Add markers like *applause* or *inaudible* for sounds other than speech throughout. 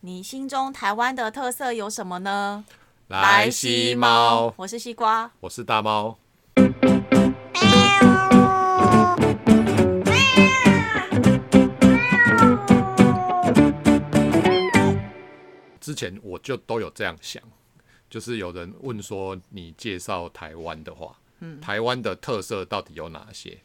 你心中台湾的特色有什么呢？来吸猫，我是西瓜。我是大猫。之前我就都有这样想，就是有人问说，你介绍台湾的话，嗯台湾的特色到底有哪些？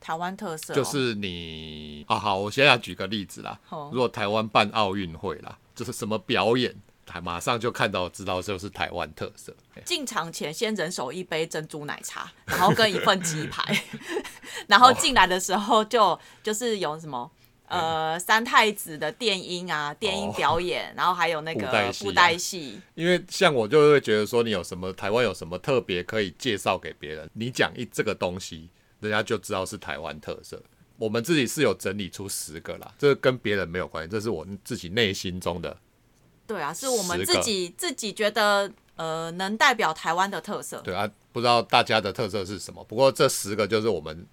台湾特色、哦、就是你啊，好，我现在举个例子啦好。如果台湾办奥运会啦，就是什么表演，台马上就看到知道就是台湾特色。哎进场前先人手一杯珍珠奶茶，然后跟一份鸡排， *laughs* 然后进来的时候就就是有什么。呃，三太子的电音啊，电音嗯哦表演，然后还有那布袋个戏啊布袋戏，因为像我就会觉得说，你有什么台湾有什么特别可以介绍给别人，你讲一这个东西，人家就知道是台湾特色。我们自己是有整理出十个啦，这个跟别人没有关系，这是我自己内心中的。对啊，是我们十个自己自己觉得呃能代表台湾的特色。对啊，不知道大家的特色是什么，不过这十个就是我们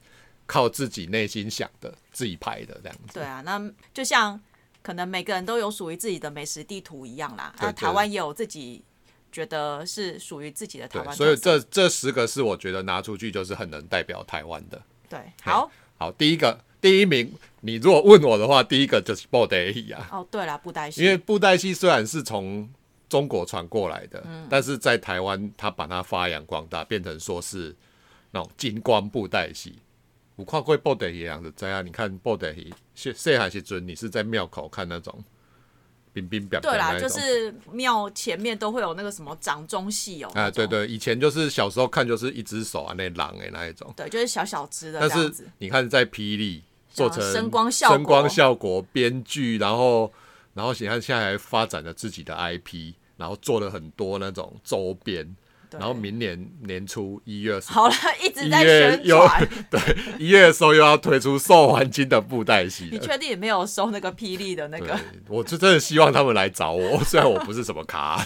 靠自己内心想的，自己排的这样子。对啊，那就像可能每个人都有属于自己的美食地图一样啦，对那对台湾也有自己觉得是属于自己的台湾特对，色。所以这这十个是我觉得拿出去就是很能代表台湾的。对好好，第一个第一名，你如果问我的话，第一个就是布袋戏啊。哦，对啦，布袋戏，因为布袋戏虽然是从中国传过来的，嗯但是在台湾它把它发扬光大，变成说是那种金光布袋戏。我看过布袋戏样子，怎样？啊你看布袋戏，细细海时尊，你是在庙口看那种冰冰表表对那啦，一就种。是庙前面都会有那个什么掌中戏哦，啊，那种对对，以前就是小时候看就是一只手啊，那狼哎、那一种。对，就是小小只的但这样是子，你看，在霹雳做成声光效果声光效果编剧，然后然后你看现在还发展了自己的 IP，然后做了很多那种周边，对然后明年年初一月十好了，一直一在月宣又 *laughs* 传。对一月的时候又要推出受环金的布袋戏你了。确定没有收那个霹雳的那对个？，我就真的希望他们来找我， *laughs* 虽然我不是什么咖，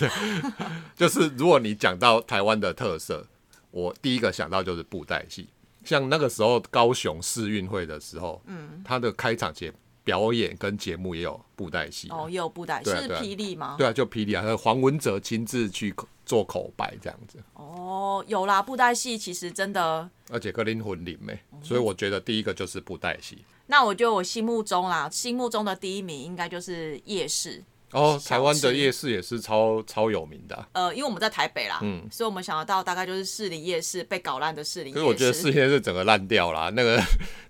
*laughs* 就是如果你讲到台湾的特色，我第一个想到就是布袋戏。像那个时候高雄世运会的时候，嗯，它的开场节表演跟节目也有布袋戏啊、哦，也有布袋，对啊是对啊霹雳吗？对啊，就霹雳啊，还有黄文哲亲自去口做口白这样子，哦，有啦，布袋戏其实真的而且个灵魂灵妹，欸哦所以我觉得第一个就是布袋戏。那我觉得我心目中啦，心目中的第一名应该就是夜市。哦，台湾小的吃夜市也是超超有名的啊、呃，因为我们在台北啦，嗯，所以我们想得到大概就是士林夜市被搞烂的士林夜可市。是我觉得四天是整个烂掉啦，那个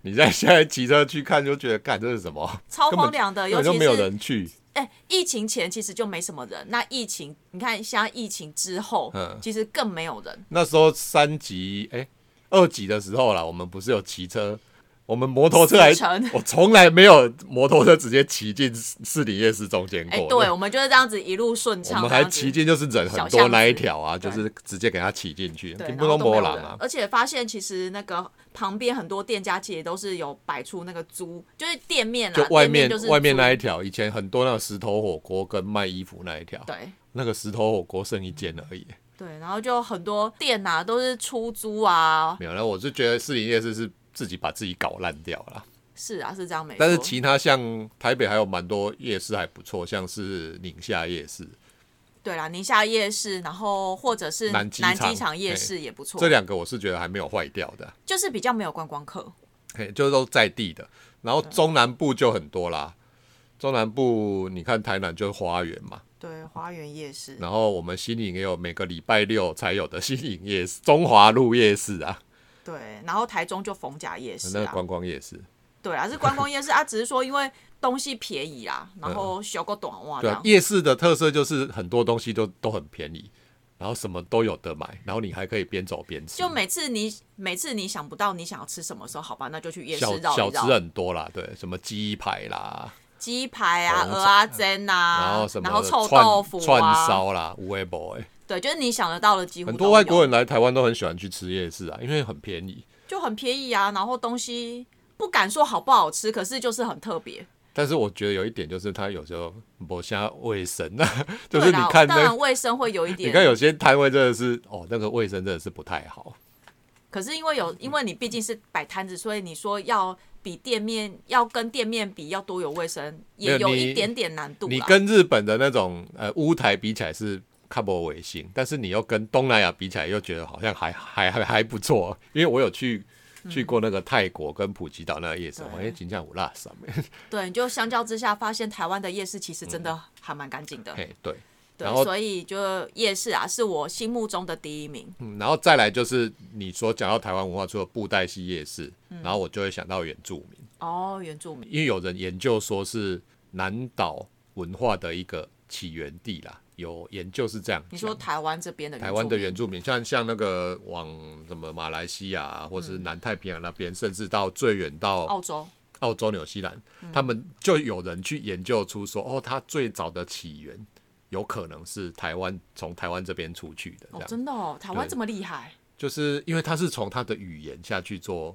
你在现在骑车去看就觉得，干这是什么？超根本荒凉的，根呃尤其本就是没有人去。哎、疫情前其实就没什么人，那疫情你看，像疫情之后，嗯其实更没有人。那时候三级哎、二级的时候啦，我们不是有骑车，我们摩托车还四乘，我从来没有摩托车直接骑进市市里夜市中间哎、过。对，我们就是这样子一路顺我畅，这们还样子骑进就是人很小多巷那一子条啊，就对是直接给他骑进去，对，然听不后懂都没波有浪人啊。而且发现其实那个旁边很多店家其实都是有摆出那个租，就是店面啊，就外店面面就是外面租那一条，以前很多那个石头火锅跟卖衣服那一条，对。那个石头火锅剩一间而已。对，然后就很多店啊都是出租啊，没有，那我是觉得士林夜市是自己把自己搞烂掉了。是啊，是这样没错。但是其他像台北还有蛮多夜市还不错，像是宁夏夜市，对啦，宁夏夜市，然后或者是南机场场夜市也不错这，两个我是觉得还没有坏掉的，就是比较没有观光客。嘿，就是都在地的。然后中南部就很多啦，中南部你看台南就是花园嘛，对，花园夜市，然后我们新营也有每个礼拜六才有的新 *laughs* 营夜市、中华路夜市啊，对，然后台中就逢甲夜市那个啊，观光夜市，对啊，是观光夜市啊，只是说因为东西便宜啦，然后小个短袜这嗯对、啊样，，夜市的特色就是很多东西都都很便宜，然后什么都有得买，然后你还可以边走边吃，就每次你每次你想不到你想要吃什么时候，好吧，那就去夜市小绕小一吃啊绕，很多啦，对，什么鸡排啦，鸡排啊、红鹅啊、煎然啊后什，么然后臭串豆腐串啊，烧啦，无 b 博哎，对，就是你想得到的几乎很都多外国有人来台湾都很喜欢去吃夜市啊，因为很便宜。就很便宜啊，然后东西不敢说好不好吃，可是就是很特别。但是我觉得有一点就是它有时候不像卫生啊， *laughs* 就对是你啦看当那然卫生会有一 *laughs* 你看点，有些摊位真的是哦，那个卫生真的是不太好。可是因为有，因为你毕竟是摆摊子，所以你说要比店面要跟店面比要多有卫生，也没有有你一点点难度你啦。跟日本的那种呃乌台比起来是看不违心，但是你又跟东南亚比起来，又觉得好像还 *laughs* 还还还不错。因为我有去去过那个泰国跟普吉岛那个夜嗯市，对我也经常有辣上 *laughs* 面。对，你就相较之下，发现台湾的夜市其实真的还蛮干净的。嘿，对，对，然后所以就夜市啊，是我心目中的第一名。嗯，然后再来就是你说讲到台湾文化，除了布袋戏夜市，嗯然后我就会想到原住民，哦，原住民，因为有人研究说是南岛文化的一个起源地啦，有研究是这样你讲说台湾这边的台湾的原原住民，像像那个往什么马来西亚、啊、或是嗯南太平洋那边，甚至到最远住民到澳洲，哦澳洲、纽西兰，嗯他们就有人去研究出说，哦，它最早的起源有可能是台湾从台湾这边出去的，这哦，样、真的哦，台湾对这么厉害，就是因为它是从它的语言下去做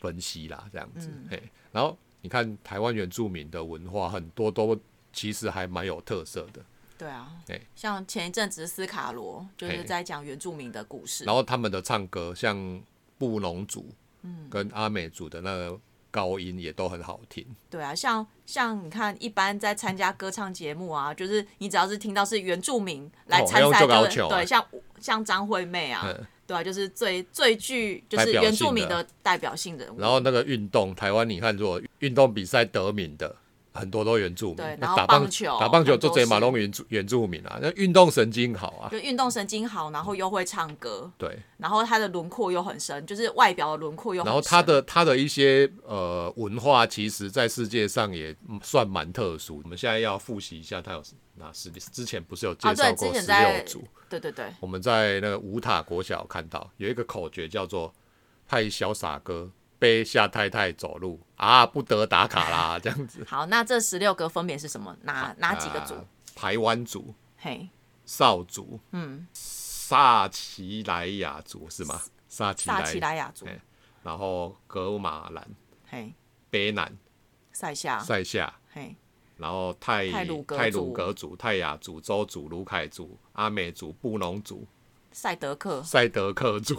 分析啦，这样子。嗯嘿，然后你看台湾原住民的文化很多都其实还蛮有特色的，对啊对，像前一阵子斯卡罗就是嘿在讲原住民的故事，然后他们的唱歌，像布农族，嗯跟阿美族的那个高音也都很好听。对啊，像像你看，一般在参加歌唱节目啊，就是你只要是听到是原住民来参哦那赛，种就就要求啊对，像像张惠妹啊，嗯对啊，就是最最具就是代表性的原住民的代表性人物。然后那个运动，台湾你看，如果运动比赛得名的很多都原住民对，那然后打棒棒球打棒球很多做贼马是龙原住原住民啊，那运动神经好啊，就运动神经好，然后又会唱歌，对。然后他的轮廓又很深，就是外表的轮廓又很深。然后他的他的一些呃文化，其实在世界上也嗯算蛮特殊。我们现在要复习一下，他有哪十？之前不是有介啊，绍对，过之前十在六组？对对对，我们在那个五塔国小看到有一个口诀叫做“派潇洒哥背夏太太走路啊，不得打卡啦”这 *laughs* 样子。好，那这十六个分别是什么？哪哪几个组？啊台湾族、嘿，少族，嗯，萨奇莱雅族是吗？萨奇萨奇莱，莱雅族，哎然后格马兰、嘿，卑南、塞夏，塞夏。嘿，然后泰啊泰鲁格族泰鲁格族、泰雅族、周族、卢凯族、阿美族、布农族、塞德克，塞德克族，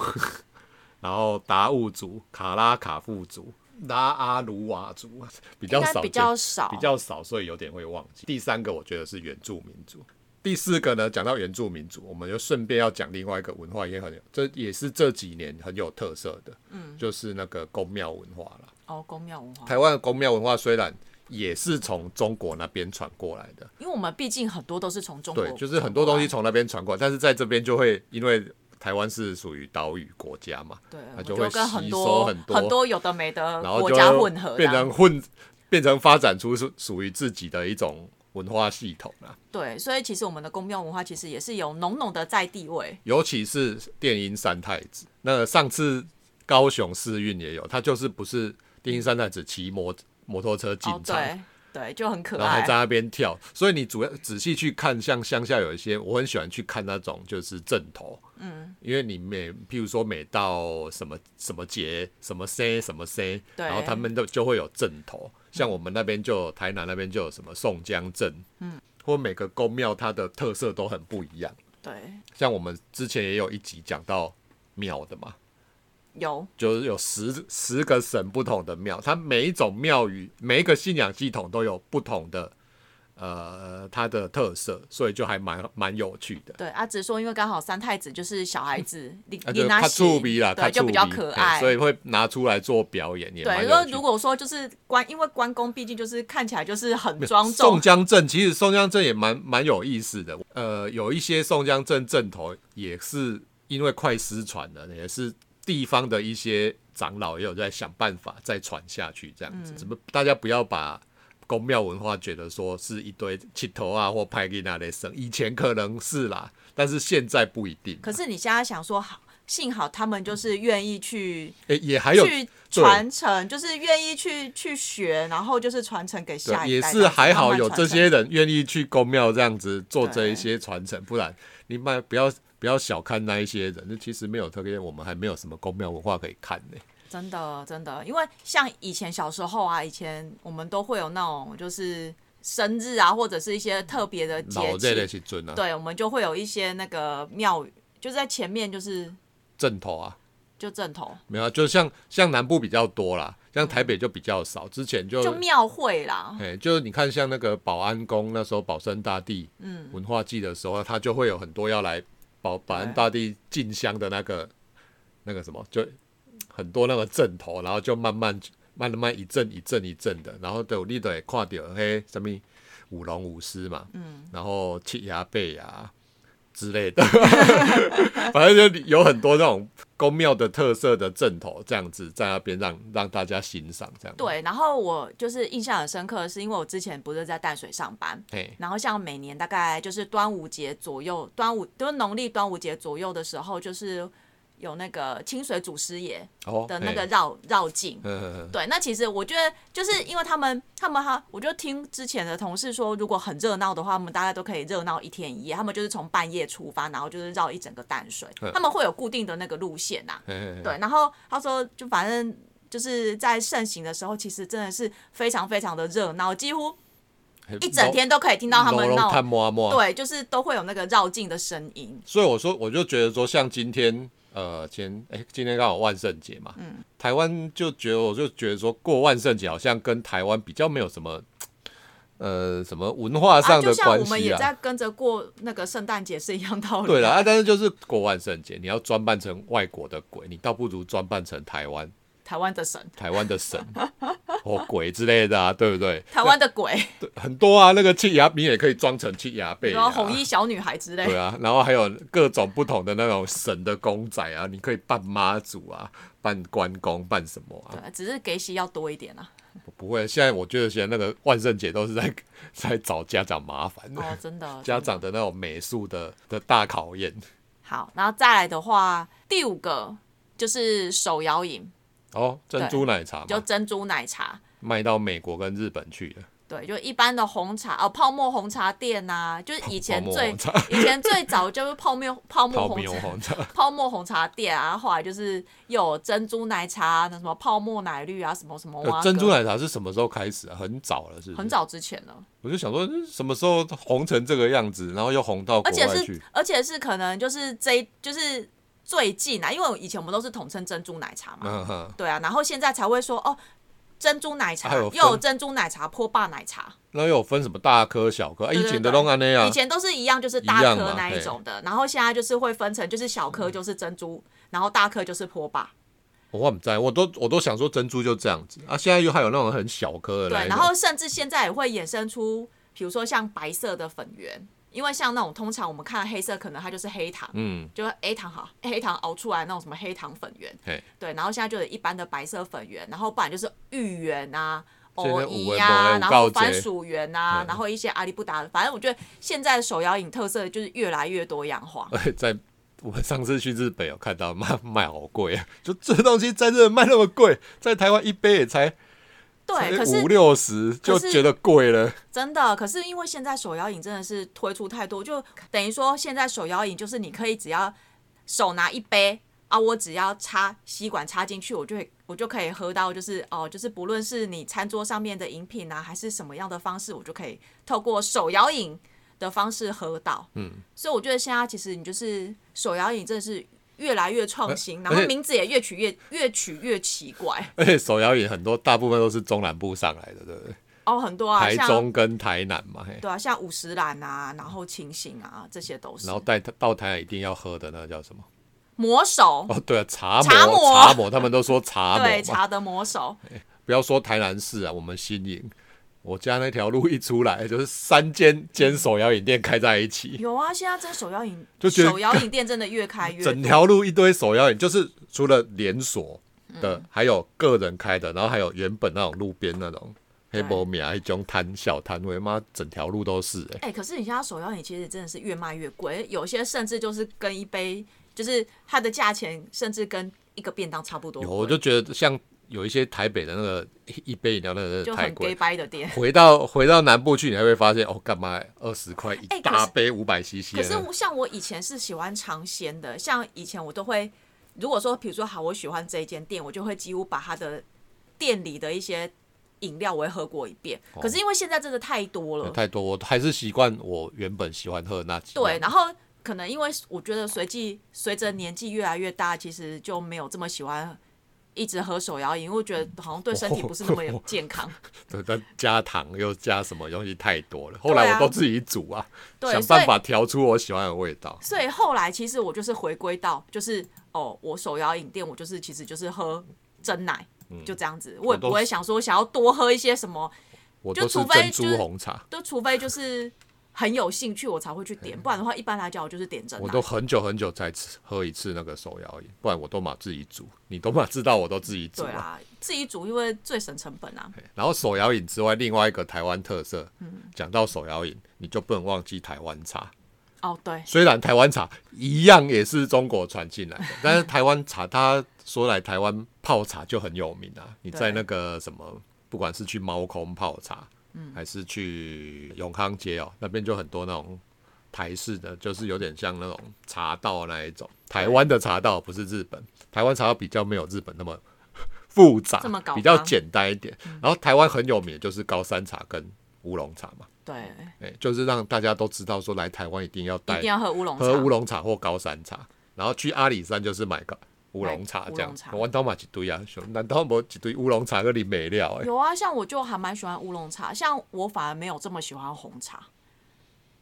*laughs* 然后达悟族、卡拉卡富族、拉阿鲁瓦族，比较应该少见，比较少，比较少，所以有点会忘记。第三个我觉得是原住民族。第四个呢，讲到原住民族，我们就顺便要讲另外一个文化，也很有，这也是这几年很有特色的，嗯，就是那个宫庙文化啦。哦，宫庙文化，台湾的宫庙文化虽然也是从中国那边传过来的，因为我们毕竟很多都是从中国，对，就是很多东西，从那边传过来，但是在这边就会因为台湾是属于岛屿国家嘛，对，它我就就会跟吸很收多很多很多有的没的然后国就家混合这变样，成混，变成发展出属属于自己的一种文化系统啊。对，所以其实我们的宫庙文化其实也是有浓浓的在地位，尤其是电音三太子，那上次高雄市运也有，他就是不是电音三太子骑摩摩托车进哦，场，对对，就很可然后还爱在，那边跳，所以你主要仔细去看，像乡下有一些，我很喜欢去看那种就是正头，嗯，因为你每譬如说每到什么什么节、什么 C 什么 C，对然后他们都就会有正头，像我们那边就有台南那边就有什么宋江镇，嗯，或每个宫庙它的特色都很不一样，对，像我们之前也有一集讲到庙的嘛，有就是有十十个省不同的庙，它每一种庙宇、每一个信仰系统都有不同的呃它的特色，所以就还蛮蛮有趣的。对啊，只是说因为刚好三太子就是小孩 *laughs* 子，你那你啊就拿它触鼻啦，对，它就比较可爱，所以会拿出来做表演，也蛮对，有因为趣的如果说就是关，因为关公毕竟就是看起来就是很庄宋重，啊江镇其实宋江镇也蛮蛮有意思的，呃，有一些宋江镇镇头也是因为快失传了，也是地方的一些长老也有在想办法再传下去，这样子，嗯怎么大家不要把。宫庙文化觉得说是一堆气头啊或派给那类生，以前可能是啦，但是现在不一定。可是你现在想说好，幸好他们就是愿意去诶、也还有去传承，就是愿意去去学，然后就是传承给下对，一也代。是还好有慢慢这传承些人愿意去公庙这样子做这对一些传承，不然你们不要不要小看那一些人，那其实没有特别，我们还没有什么公庙文化可以看呢、真的真的，因为像以前小时候啊，以前我们都会有那种就是生日啊，或者是一些特别的节老这类气，去尊啊，对，我们就会有一些那个庙宇，就在前面就是正头啊，就正头，没有啊，就像像南部比较多啦，像台北就比较少。之前就就庙会啦，哎、就是你看像那个保安宫那时候保生大帝嗯，文化祭的时候，他就会有很多要来保保安大帝进香的那个那个什么，就很多那个阵头，然后就慢慢慢慢一阵一阵一阵的，然后都有你都会看到嘿什么舞龙舞狮嘛，嗯，然后七牙背啊之类的， *laughs* 反正就有很多那种宫庙的特色的阵头，这样子在那边让让大家欣赏这样。，对。然后我就是印象很深刻，是因为我之前不是在淡水上班，嘿，然后像每年大概就是端午节左右，端午就是农历端午节左右的时候，就是有那个清水祖师爷哦的那个嘿绕绕境。嗯嗯嗯对，那其实我觉得就是因为他们，他们哈，我就听之前的同事说，如果很热闹的话，他们大概都可以热闹一天一夜。他们就是从半夜出发，然后就是绕一整个淡水，他们会有固定的那个路线呐、嘿嘿嘿对，然后他说，就反正就是在盛行的时候，其实真的是非常非常的热闹，几乎嘿一整天都可以听到他们揉揉闹探摸啊摸。对，就是都会有那个绕境的声音。所以我说，我就觉得说，像今天，呃，前哎、今天刚好万圣节嘛，嗯台湾就觉得，我就觉得说，过万圣节好像跟台湾比较没有什么，呃，什么文化上就的像关我们系也啊。在跟着过那个圣诞节是一样道理。对了啊，但是就是过万圣节，你要装扮成外国的鬼，你倒不如装扮成台湾台湾的神，台湾的 *laughs* 神或鬼之类的啊，对不对？台湾的 *laughs* 鬼，对很多啊，那个气牙你也可以装成气牙贝、然后啊，红衣小女孩之类对。啊，然后还有各种不同的那种神的公仔啊，你可以扮妈祖啊，扮关公，扮什么啊？对，只是给息要多一点 *laughs* 啊。不会，现在我觉得现在那个万圣节都是在 *laughs* 在找家长麻烦的，哦，真的。家长的那种美术的的大考验。好，然后再来的话，第五个就是手摇饮，哦，珍珠奶茶就嘛，珍珠奶茶。卖到美国跟日本去了。对，就一般的红茶哦，泡沫红茶店呐、就是以前泡沫最红 *laughs* 茶以前最早就是泡沫泡沫泡红茶面红茶，泡沫红茶店啊，后来就是又有珍珠奶茶啊，那什么泡沫奶绿啊，什么什么哇、呃 *laughs* 珍珠奶茶是什么时候开始啊？很早了，是不是？很。早之前了，我就想说，嗯什么时候红成这个样子，然后又红到而国且外去是？而且是可能就是这一就是最近啊，因为以前我们都是统称珍珠奶茶嘛，嗯哼，对啊，然后现在才会说哦，珍珠奶茶还有又分有珍珠奶茶波霸奶茶，然后又有分什么大颗小颗，啊对以对前的对都安那样以。前都是一样就是大一样颗嘛那一嘿嗯种的，然后现在就是会分成就是小颗就是珍珠，然后大颗就是波霸，我很在，我都我都想说珍珠就这样子啊，现在又还有那种很小颗的那对，一然种，后甚至现在也会衍生出，比如说像白色的粉圆，因为像那种通常我们看黑色，可能它就是黑糖，嗯，就是 A 糖好，黑糖熬出来那种什么黑糖粉圆，嘿，对，然后现在就有一般的白色粉圆，然后不然就是芋圆啊。现藕在泥有的呀，没的然有后够番多薯圆嗯啊，然后一些阿里不达的，反正我觉得现在手摇饮特色就是越来越多样化。而且在我们上次去日本有看到卖卖好贵啊，就这东西在日本卖那么贵，在台湾一杯也才对，才可是五六十可就是觉得贵了，真的，可是因为现在手摇饮真的是推出太多，就等于说现在手摇饮就是你可以只要手拿一杯啊，我只要插吸管插进去，我就会我就可以喝到，就是哦，就是不论是你餐桌上面的饮品啊，还是什么样的方式，我就可以透过手摇饮的方式喝到。嗯，所以我觉得现在其实你就是手摇饮真的是越来越创新，呃而然后且名字也越取越越取越奇怪而且手摇饮很多大部分都是中南部上来的，对不对？哦，很多啊，台像中跟台南嘛，嘿，对啊，像五十岚啊，然后清醒啊，这些都是。然后带到台南一定要喝的那个叫什么？魔手，哦，对啊，茶茶魔，魔茶魔，他们都说茶魔对，哦嘛，茶的魔手，不要说台南市啊，我们新营，我家那条路一出来就是三间间手摇饮店开在一起，有啊，现在真手摇饮，就觉得手摇饮店真的越开 *laughs* 越整多，条路一堆手摇饮，就是除了连锁的，还有个人开的，然后还有原本那种路边那种黑波米啊，一种摊小摊位，妈整条路都是、欸，哎、可是你现在手摇饮其实真的是越卖越贵，有些甚至就是跟一杯，就是它的价钱甚至跟一个便当差不多有贵，我就觉得像有一些台北的那个一一杯饮料，那个真就的太很 gay 贵。掰的店。回到回到南部去，你还会发现哦，干嘛二十块一哎可是大杯五百 CC？可是我像我以前是喜欢尝鲜的，像以前我都会，如果说比如说好，我喜欢这一间店，我就会几乎把它的店里的一些饮料我会喝过一遍。可哦是因为现在真的太多了，太多，我还是习惯我原本喜欢喝的那几样。对，然后可能因为我觉得随即随着年纪越来越大，其实就没有这么喜欢一直喝手摇饮，因为我觉得好像对身体不是那么有健康。对，但加糖又加什么东西太多了。后来我都自己煮啊，啊对想办法调出我喜欢的味道。所以后来其实我就是回归到，就是哦，我手摇饮店我就是其实就是喝真奶，就这样子，我嗯我也都不会想说想要多喝一些什么，我就都是除非珍就是珠红茶，就除非就是很有兴趣我才会去点，不然的话一般来讲我就是点真嗯我奶都。很久很久才吃喝一次那个手摇饮，不然我都嘛自己煮。你都嘛知道我都自己煮对啊。啦，自己煮因为最省成本啊。然后手摇饮之外，另外一个台湾特色，嗯讲到手摇饮，你就不能忘记台湾茶。哦，对，虽然台湾茶一样也是中国传进来的，但是台湾茶，它说来台湾泡茶就很有名 *laughs* 啊。你在那个什么，不管是去猫空泡茶，嗯还是去永康街哦，那边就很多那种台式的，就是有点像那种茶道那一种。台湾的茶道不是日本，台湾茶道比较没有日本那么 *laughs* 复杂这么嗯搞，吗比较简单一点。然后台湾很有名的就是高山茶跟乌龙茶嘛，对，哎、就是让大家都知道说来台湾一定要一带定要喝乌龙茶。喝乌龙茶或高山茶，然后去阿里山就是买个乌龙买茶乌龙这样茶。我倒买一堆啊，熊难道没一堆乌龙茶跟你没料哎、有啊，像我就还蛮喜欢乌龙茶，像我反而没有这么喜欢红茶，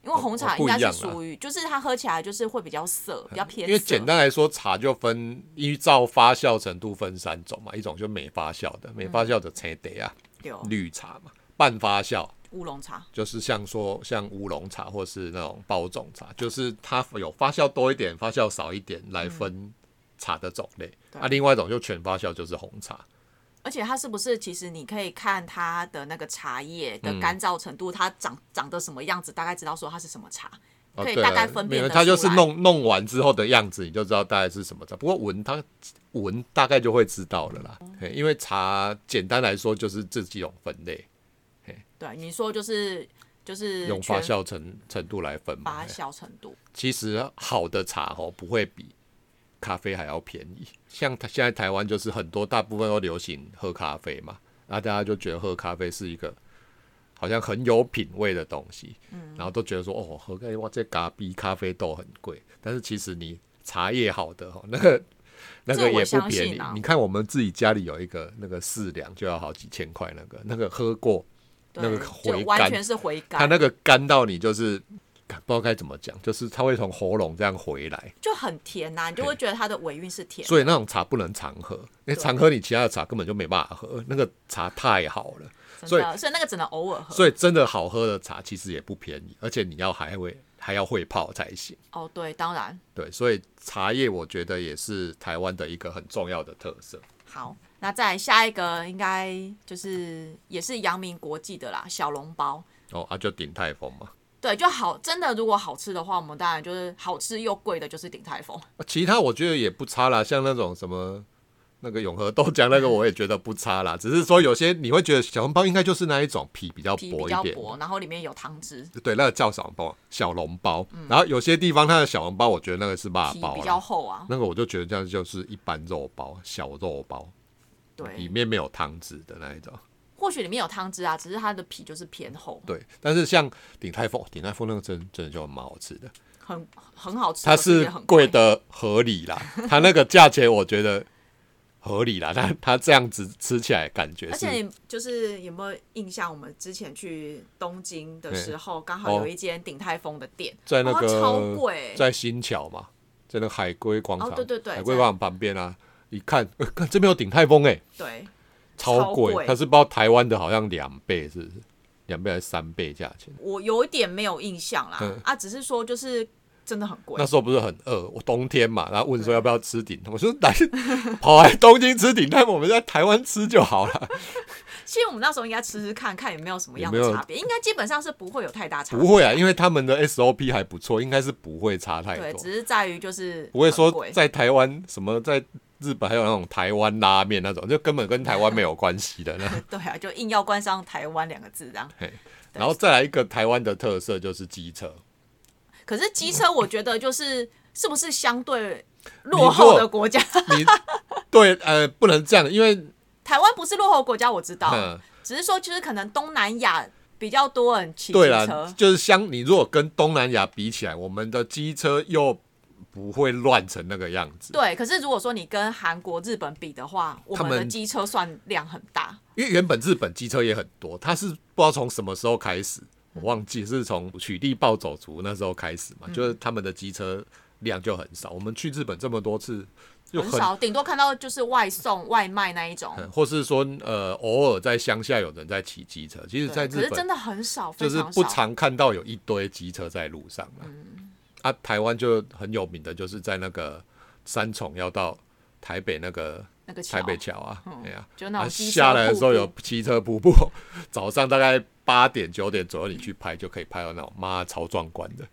因为哦红哦茶应不该一是样啊嗯属于，就是它喝起来就是会比较涩，比较偏涩。因为简单来说，茶就分依照发酵程度分三种嘛，一种就没发酵的，没发嗯酵的青茶啊，有绿茶嘛，半发酵乌龙茶，就是像说像乌龙茶或是那种包种茶，就是它有发酵多一点，发酵少一点来分茶的种类。那、嗯对另外一种就全发酵，就是红茶。而且它是不是其实你可以看它的那个茶叶嗯的干燥程度，它长长得什么样子，大概知道说它是什么茶，哦可以对大啊概分没辨有得它就出是来弄弄完之后的样子，你就知道大概是什么茶。不过闻它闻大概就会知道了哦啦，嘿因为茶简单来说就是这几种分类，对，你说就是就是用发全酵哎程程度来分嘛。发嘿酵程度，其实好的茶哦不会比咖啡还要便宜，像它现在台湾就是很多大部分都流行喝咖啡嘛，那大家就觉得喝咖啡是一个。好像很有品味的东西，嗯然后都觉得说哦，喝个哇这咖啡咖啡豆很贵，但是其实你茶叶好的哈，*laughs* 那个那个也不相便宜信。啊你看我们自己家里有一个那个四两就要好几千块，那个那个喝过，对，那个就回完甘全是回它甘，那个干到你就是不知道该怎么讲，就是它会从喉咙这样回来，就很甜呐、你就会觉得它的尾韵是甜。所以那种茶不能常喝，因为常喝你其他的茶根本就没办法喝，那个茶太好了。真所以的，所以那个只能偶尔喝。所以真的好喝的茶其实也不便宜，而且你要还会还要会泡才行。哦，对，当然对，所以茶叶我觉得也是台湾的一个很重要的特色。好。那再来下一个应该就是也是阳明国际的啦，小笼包。哦，啊，就鼎泰丰嘛。对，就好，真的如果好吃的话，我们当然就是好吃又贵的，就是鼎泰丰。啊其他我觉得也不差啦，像那种什么那个永和豆浆那个，我也觉得不差啦。只是说有些你会觉得小笼包应该就是那一种皮比较皮比薄较一点，薄，然后里面有汤汁，对，那个叫小笼包，小笼包。然后有些地方它的小笼包，我觉得那个是辣嗯皮包比较啦，厚啊。那个我就觉得这样就是一般肉包，小肉包，里对，嗯面没有汤汁的那一种。或许里面有汤汁啊，只是它的皮就是偏厚，对，但是像鼎泰丰，哦鼎泰丰那个真真的就蛮好吃的。很很好吃，它可是是也很贵。的合理啦， *laughs* 它那个价钱我觉得合理啦，但它这样子吃起来感觉而且是你就是有没有印象？我们之前去东京的时候，刚好哦有一间鼎泰丰的店，在那哦超个贵在新桥嘛，在那个海龟广场，哦对对对海龟广场旁边啊，一看，呃看这边有鼎泰丰哎，对，超超贵贵，它是不知道台湾的好像两倍是不是？两倍还是三倍价钱？我有一点没有印象啦，嗯啊，只是说就是真的很贵那，时候不是很饿，我冬天嘛，然后问说要不要吃鼎，我说来跑来东京吃鼎泰丰，我们在台湾吃就好 *laughs* 了。其实我们那时候应该吃吃看看有没有什么样有没的有差别，应该基本上是不会有太大差别，不会啊，因为他们的 SOP 还不错，应该是不会差太对，多。只是在于就是不会很说贵在台湾什么在日本还有那种台湾拉面那种，就根本跟台湾没有关系 *laughs* 的那。对啊，就硬要冠上台湾两个字这样。嘿然后再来一个台湾的特色就是机车，可是机车，我觉得就是是不是相对落后的国家？ *laughs* 你对呃不能这样，因为台湾不是落后国家，我知道，嗯只是说就是可能东南亚比较多人骑机对啦车，，就是相你如果跟东南亚比起来，我们的机车又不会乱成那个样子。对。可是如果说你跟韩国、日本比的话，我他们的们机车算量很大，因为原本日本机车也很多，它是不知道从什么时候开始，我忘记是从取缔暴走族那时候开始嗯嘛，就是他们的机车量就很少。我们去日本这么多次，就很很少，顶多看到就是外送、外卖那一种。嗯或是说呃偶尔在乡下有人在骑机车，其实对在可日是真本的很少，非就是常不少常看到有一堆机车在路上了。嗯啊，台湾就很有名的就是在那个三重要到台北那个那个桥哦台北桥啊，哎呀、就那种啊机车下来的时候瀑布有骑车瀑布， *laughs* 早上大概八点九点左右你去拍就可以拍到那种妈超壮观的，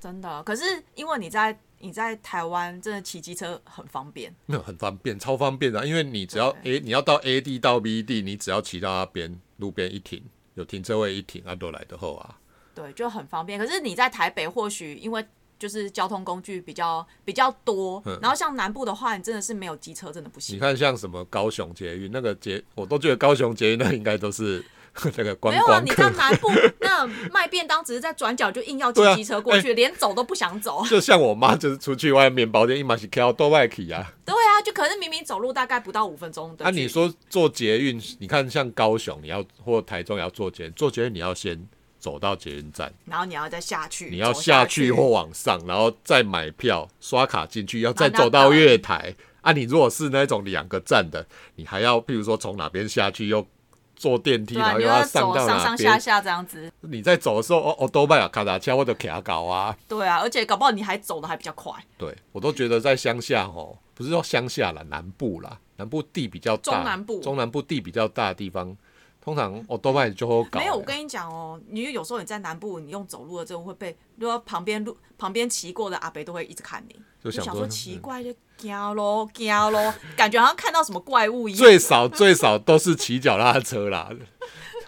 真的。可是因为你在你在台湾真的骑机车很方便，那很方便，超方便啊的、因为你只要 A 你要到 A 地到 B 地，你只要骑到那边路边一停，有停车位一停，啊都来得后啊。对，就很方便。可是你在台北或许因为就是交通工具比较比较多，然后像南部的话，你真的是没有机车真的不嗯你行。看像什么高雄捷运那个捷，我都觉得高雄捷运那应该都是 *laughs* 那个观没有啊，光你客到，南 *laughs* 部那卖便当，只是在转角就硬要骑对啊机车过去，连走都不想走。 *laughs* 就像我妈就是出去外面包店，一马是开到豆外去啊。对啊，就可是明明走路大概不到五分钟的。那、啊你，说坐捷运，你看像高雄，你要或台中也要坐捷运，坐捷运你要先走到捷运站，然后你要再下去，你要走下去或往上，然后再买票刷卡进去，要再啊然后走到到月台。啊，你如果是那种两个站的，你还要譬如说从哪边下去，又坐电梯，对然啊，后你又就要要上走到上哪上下边。下这样子。你在走的时候，哦哦，都拜啊，卡达车或者卡搞啊，对啊，而且搞不好你还走的还比较快。对我都觉得在乡下哦，不是说乡下啦，南部啦，南部地比较大，中南部中南部地比较大的地方，通常哦多半就会搞。没有，我跟你讲哦，你有时候你在南部，你用走路的真的会被，如果旁边路旁边骑过的阿伯都会一直看你，就就想想说说奇怪，就惊咯惊 *laughs* 咯，感觉好像看到什么怪物一样。最少最少都是骑脚踏车啦，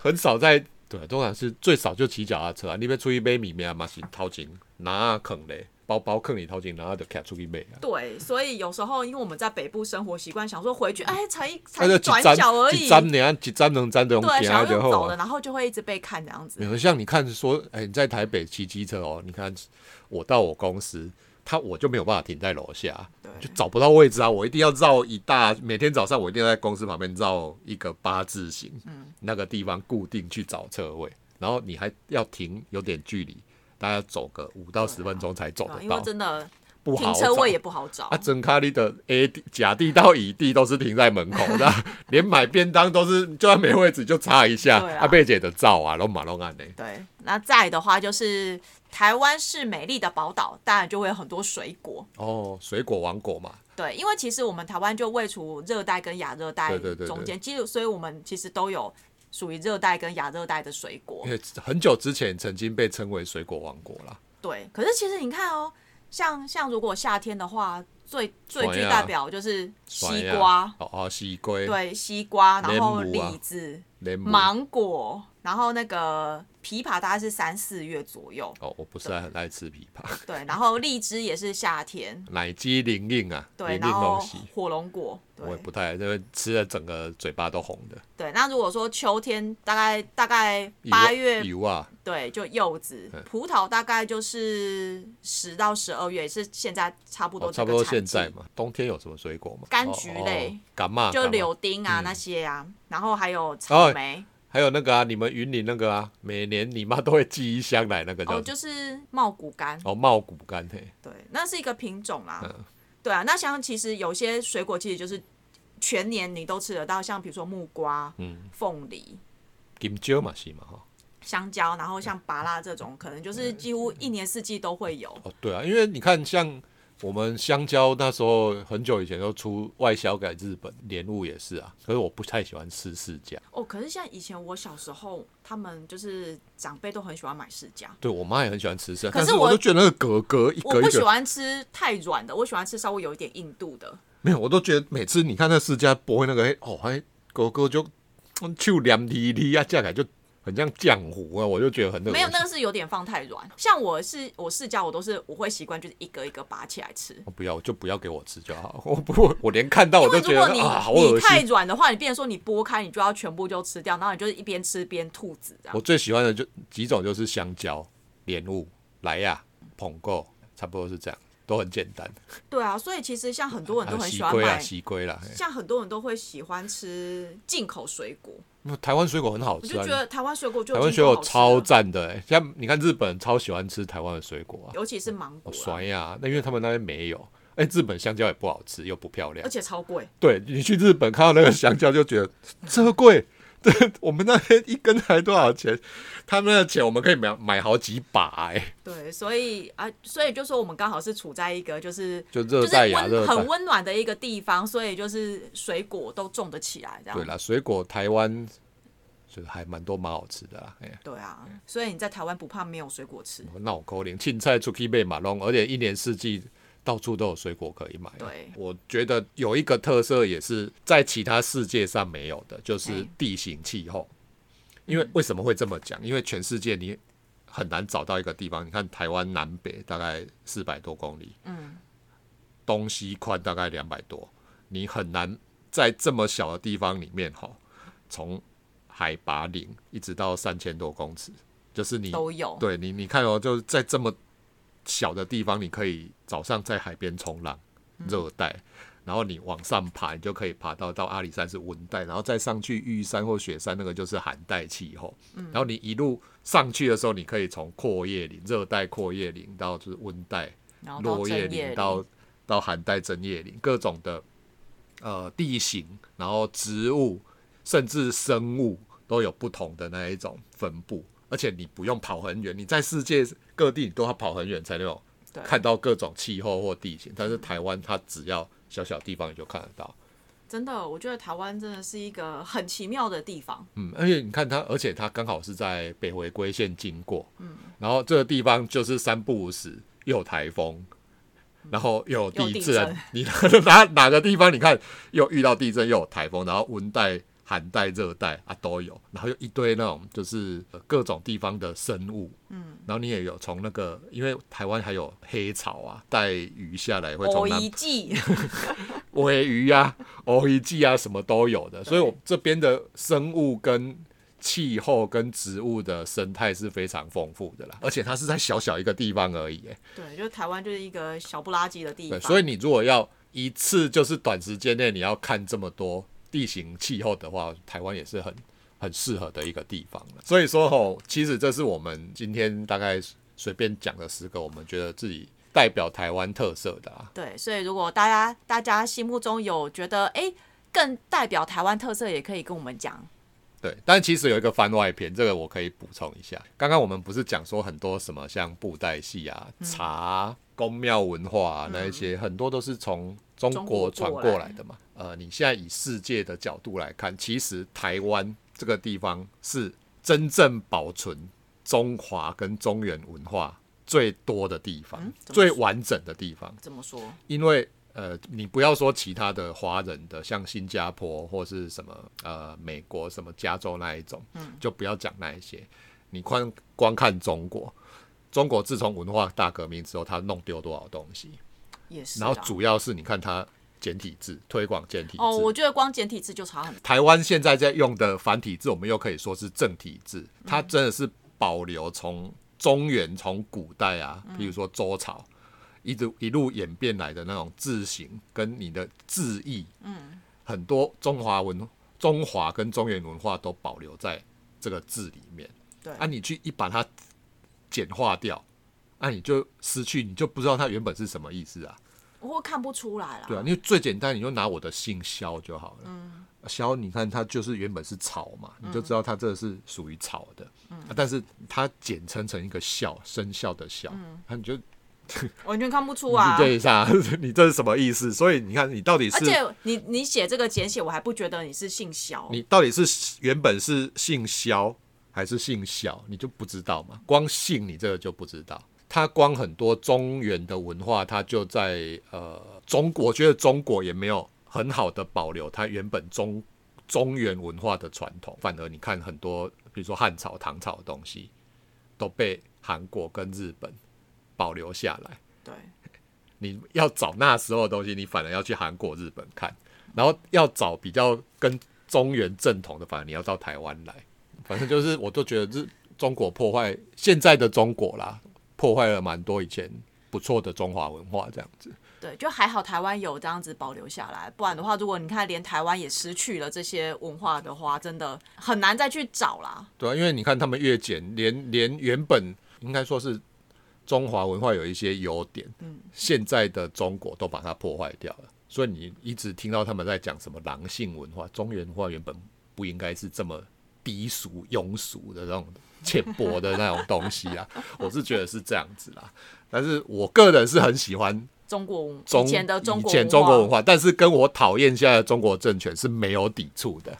很少在对，通常是最少就骑脚踏车啊。你要出去买米面嘛是掏钱拿坑嘞，包包坑里掏钱，然后就卡出去买啊。对，所以有时候因为我们在北部生活习惯，想说回去，哎，才一才那嗯就一转一站角而一已，站两一站能站这种对，行想要就用好走啊的，然后就会一直被看这样子没。有呃像你看说，哎、你在台北骑机车哦，你看我到我公司，他我就没有办法停在楼下，就找不到位置啊，我一定要绕一大，每天早上我一定要在公司旁边绕一个八字形，嗯那个地方固定去找车位，然后你还要停有点距离，大概走个五到十分钟才走对啊得因到，为真的不好停找。车位也不好找啊，，整卡里的 A 地甲地到乙地都是停在门口 *laughs* 的，连买便当都是就算没位置就插一下，对啊阿贝姐的照啊，拢马拢按呢。对，那再的话就是台湾是美丽的宝岛，当然就会有很多水果。哦，水果王国嘛，对，因为其实我们台湾就位处热带跟亚热带对对对对中间，其实所以我们其实都有属于热带跟亚热带的水果因。为很久之前曾经被称为水果王国啦。对，可是其实你看哦，像像如果夏天的话，最最酸具呀代表就是酸西呀瓜，哦哦，西瓜，对，西瓜，然后莲雾啊李子、柠檬。芒果，然后那个枇杷大概是三四月左右，哦，我不是很爱吃枇杷，对，然后荔枝也是夏天，奶鸡灵硬啊，灵对，硬然东后西，火龙果，对我也不太，因为吃了整个嘴巴都红的。对。那如果说秋天，大概大概油八月油啊，对，就柚子、葡萄大概就是十到十二月，是现在差不多、哦，差不多现在。嘛。冬天有什么水果吗？柑橘哦哦类柑嘛，就柑嘛柳丁嗯啊那些啊，然后还有草哦莓，还有那个啊，你们云林那个啊，每年你妈都会寄一箱来那哦个叫什么就是茂谷柑，哦嗯茂谷柑嘿，对，那是一个品种啦。对啊，那像其实有些水果其实就是全年你都吃得到，像比如说木瓜、嗯凤梨、金蕉嘛是嘛哈。香蕉，然后像芭拉这种，可能嗯就是几乎一年四季都会有。哦，对啊，因为你看，像我们香蕉那时候很久以前都出外销给日本，莲雾也是啊。可是我不太喜欢吃释迦，哦，可是像以前我小时候，他们就是长辈都很喜欢买释迦。对我妈也很喜欢吃释迦，可但是是我我都觉得那个格格一我格不一喜格，欢吃太软的，我喜欢吃稍微有一点硬度的。没有，我都觉得每次哎你看那释迦剥那个，嘿哦，还格格就嗯手黏滴滴啊，架起来就很像浆糊啊，我就觉得很恶心没有，那个是有点放太软。像我是我释迦，我都是我会习惯就是一个一个拔起来吃。我哦不要，就不要给我吃就好。 *laughs* 我不，我连看到我因为都如觉果得你、啊，好你恶太心。软的话，你变成说你剥开，你就要全部就吃掉，然后你就是一边吃边吐籽这样我。最喜欢的就几种就是香蕉、莲雾、莱雅、捧购，差不多是这样，都很简单。对啊，所以其实像很多人还有都很西喜欢龟啦，买，西龟啦，嘿像很多人都会喜欢吃进口水果，那台湾水果很好我吃就啊觉。得台湾水果就台已湾经水够果好吃啊超了，赞的、欸，像你看日本人超喜欢吃台湾的水果啊，尤其是芒果哦啊、酸呀，那因为他们那边没有。哎、日本香蕉也不好吃，又不漂亮而。且超贵。对你去日本看到那个香蕉，就觉得这贵。 *laughs* 这我们那边一根才多少钱？他们的钱我们可以买买好几把、欸，对，所以啊，所以就说我们刚好是处在一个就是就就热是带呀，温热带很。温暖的一个地方，所以就是水果都种得起来这样。对啦，水果台湾就是还蛮多蛮好吃的啦。哎、对啊，所以你在台湾不怕没有水果吃。闹口令，青菜出去被马龙，而且一年四季到处都有水果可以买。啊对我觉得有一个特色也是在其他世界上没有的，就是哎地形气候。因为为什么会这么讲？因为全世界你很难找到一个地方，你看台湾南北大概四百多公里，嗯，东西宽大概两百多，你很难在这么小的地方里面哈，从海拔零一直到三千多公尺，就是你都有。对你，你看哦，就是在这么小的地方，你可以早上在海边冲浪，热带，然后你往上爬，你就可以爬到到阿里山是温带，然后再上去玉山或雪山，那个就是寒带气候。然后你一路上去的时候，你可以从阔叶林、热带阔叶林到就是温带然后到落正叶叶林到到寒带针叶林，各种的呃地形，然后植物甚至生物都有不同的那一种分布，而且你不用跑很远，你在世界各地你都要跑很远才能有对看到各种气候或地形，但是台湾它只要小小地方你就看得到，真的，我觉得台湾真的是一个很奇妙的地方。嗯，而且你看它，而且它刚好是在北回归线经过，嗯，然后这个地方就是三不五时又有台风，然后嗯又有地又有地震震，你 *laughs* 哪哪个地方你看又遇到地震又有台风，然后温带、寒带、热带啊都有，然后又一堆那种就是呃各种地方的生物，嗯，然后你也有从那个，因为台湾还有黑潮啊，带鱼下来会我从南一季尾鱼啊、蚵鱼季啊，什么都有的。所以，我这边的生物跟气候跟植物的生态是非常丰富嗯的啦，而且它是在小小一个地方而已、欸。对，就是台湾就是一个小不拉几的地对，方。所以你如果要一次就是短时间内你要看这么多地形气候的话，台湾也是很很适合的一个地方了。所以说吼，其实这是我们今天大概随便讲的十个，我们觉得自己代表台湾特色的啊。对，所以如果大家大家心目中有觉得哎、诶更代表台湾特色，也可以跟我们讲。对，但其实有一个番外篇，这个我可以补充一下。刚刚我们不是讲说很多什么像布袋戏啊、茶啊、宫庙文化啊、那一嗯些，很多都是从中中国国传过过来来的嘛。呃，你现在以世界的角度来看，其实台湾这个地方是真正保存中华跟中原文化最多的地方，嗯怎么最说完整的地方。怎么说？因为呃，你不要说其他的华人的，像新加坡或是什么呃美国什么加州那一种，嗯就不要讲那一些。你光光看中国，中国自从文化大革命之后，它弄丢多少东西？也是啊然后啦主要是你看它简体字推广简体字，哦，我觉得光简体字就差很多。台湾现在在用的繁体字，我们又可以说是正体字，它真的是保留从中原、从古代啊，比如说周朝，一直一路演变来的那种字形跟你的字义，嗯，很多中华文、中华跟中原文化都保留在这个字里面。对啊，你去一把它简化掉，啊，你就失去，你就不知道它原本是什么意思啊。我看不出来啦。对啊，因为最简单，你就拿我的姓萧就好了。萧，你看它就是原本是草嘛，嗯你就知道它这是属于草的。啊但是它简称成一个笑，生肖的肖，嗯那、你就完全看不出啊。对一下， *laughs* 你这是什么意思？所以你看，你到底而是且你你写这个简写，我还不觉得你是姓肖。你到底是原本是姓萧还是姓小，你就不知道嘛。光姓你这个就不知道。它光很多中原的文化，它就在呃中国，我觉得中国也没有很好的保留它原本中中原文化的传统，反而你看很多比如说汉朝、唐朝的东西，都被韩国跟日本保留下来。对，你要找那时候的东西，你反而要去韩国、日本看，然后要找比较跟中原正统的，反而你要到台湾来。反正就是，我都觉得日中国破坏现在的中国啦，破坏了蛮多以前不错的中华文化这样子。对，就还好台湾有这样子保留下来，不然的话，如果你看连台湾也失去了这些文化的话，真的很难再去找啦。对啊，因为你看他们越简，连连原本应该说是中华文化有一些优点，嗯，现在的中国都把它破坏掉了，所以你一直听到他们在讲什么狼性文化，中原文化原本不应该是这么低俗、庸俗的那种浅薄的那种东西 *laughs* 啊，我是觉得是这样子啦。但是我个人是很喜欢中国文中以前的中以国前中国文化，但是跟我讨厌现在的中国政权是没有抵触的。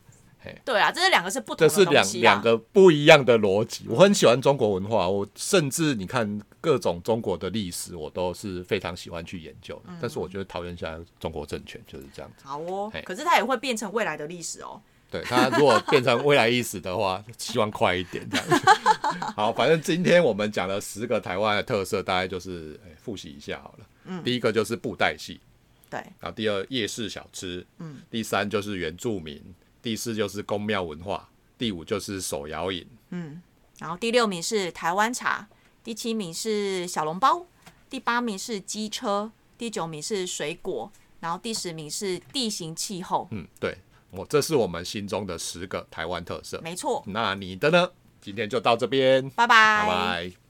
对啊，这是两个是不同这的是东两西啊两个不一样的逻辑。我很喜欢中国文化，我甚至你看各种中国的历史，我都是非常喜欢去研究的。嗯但是我觉得讨厌一下中国政权就是这样 *laughs* 子。好哦嘿，可是它也会变成未来的历史哦。对他如果变成未来意识的话，希望快一点这样 *laughs* 子。好，反正今天我们讲了十个台湾的特色，大概就是、哎复习一下好了。嗯，第一个就是布袋戏，对，然后第二夜市小吃，嗯，第三就是原住民，第四就是宫庙文化，第五就是手摇饮。然后第六名是台湾茶，第七名是小笼包，第八名是机车，第九名是水果，然后第十名是地形气候。嗯，对，我这是我们心中的十个台湾特色。没错，那你的呢？今天就到这边，拜拜。拜拜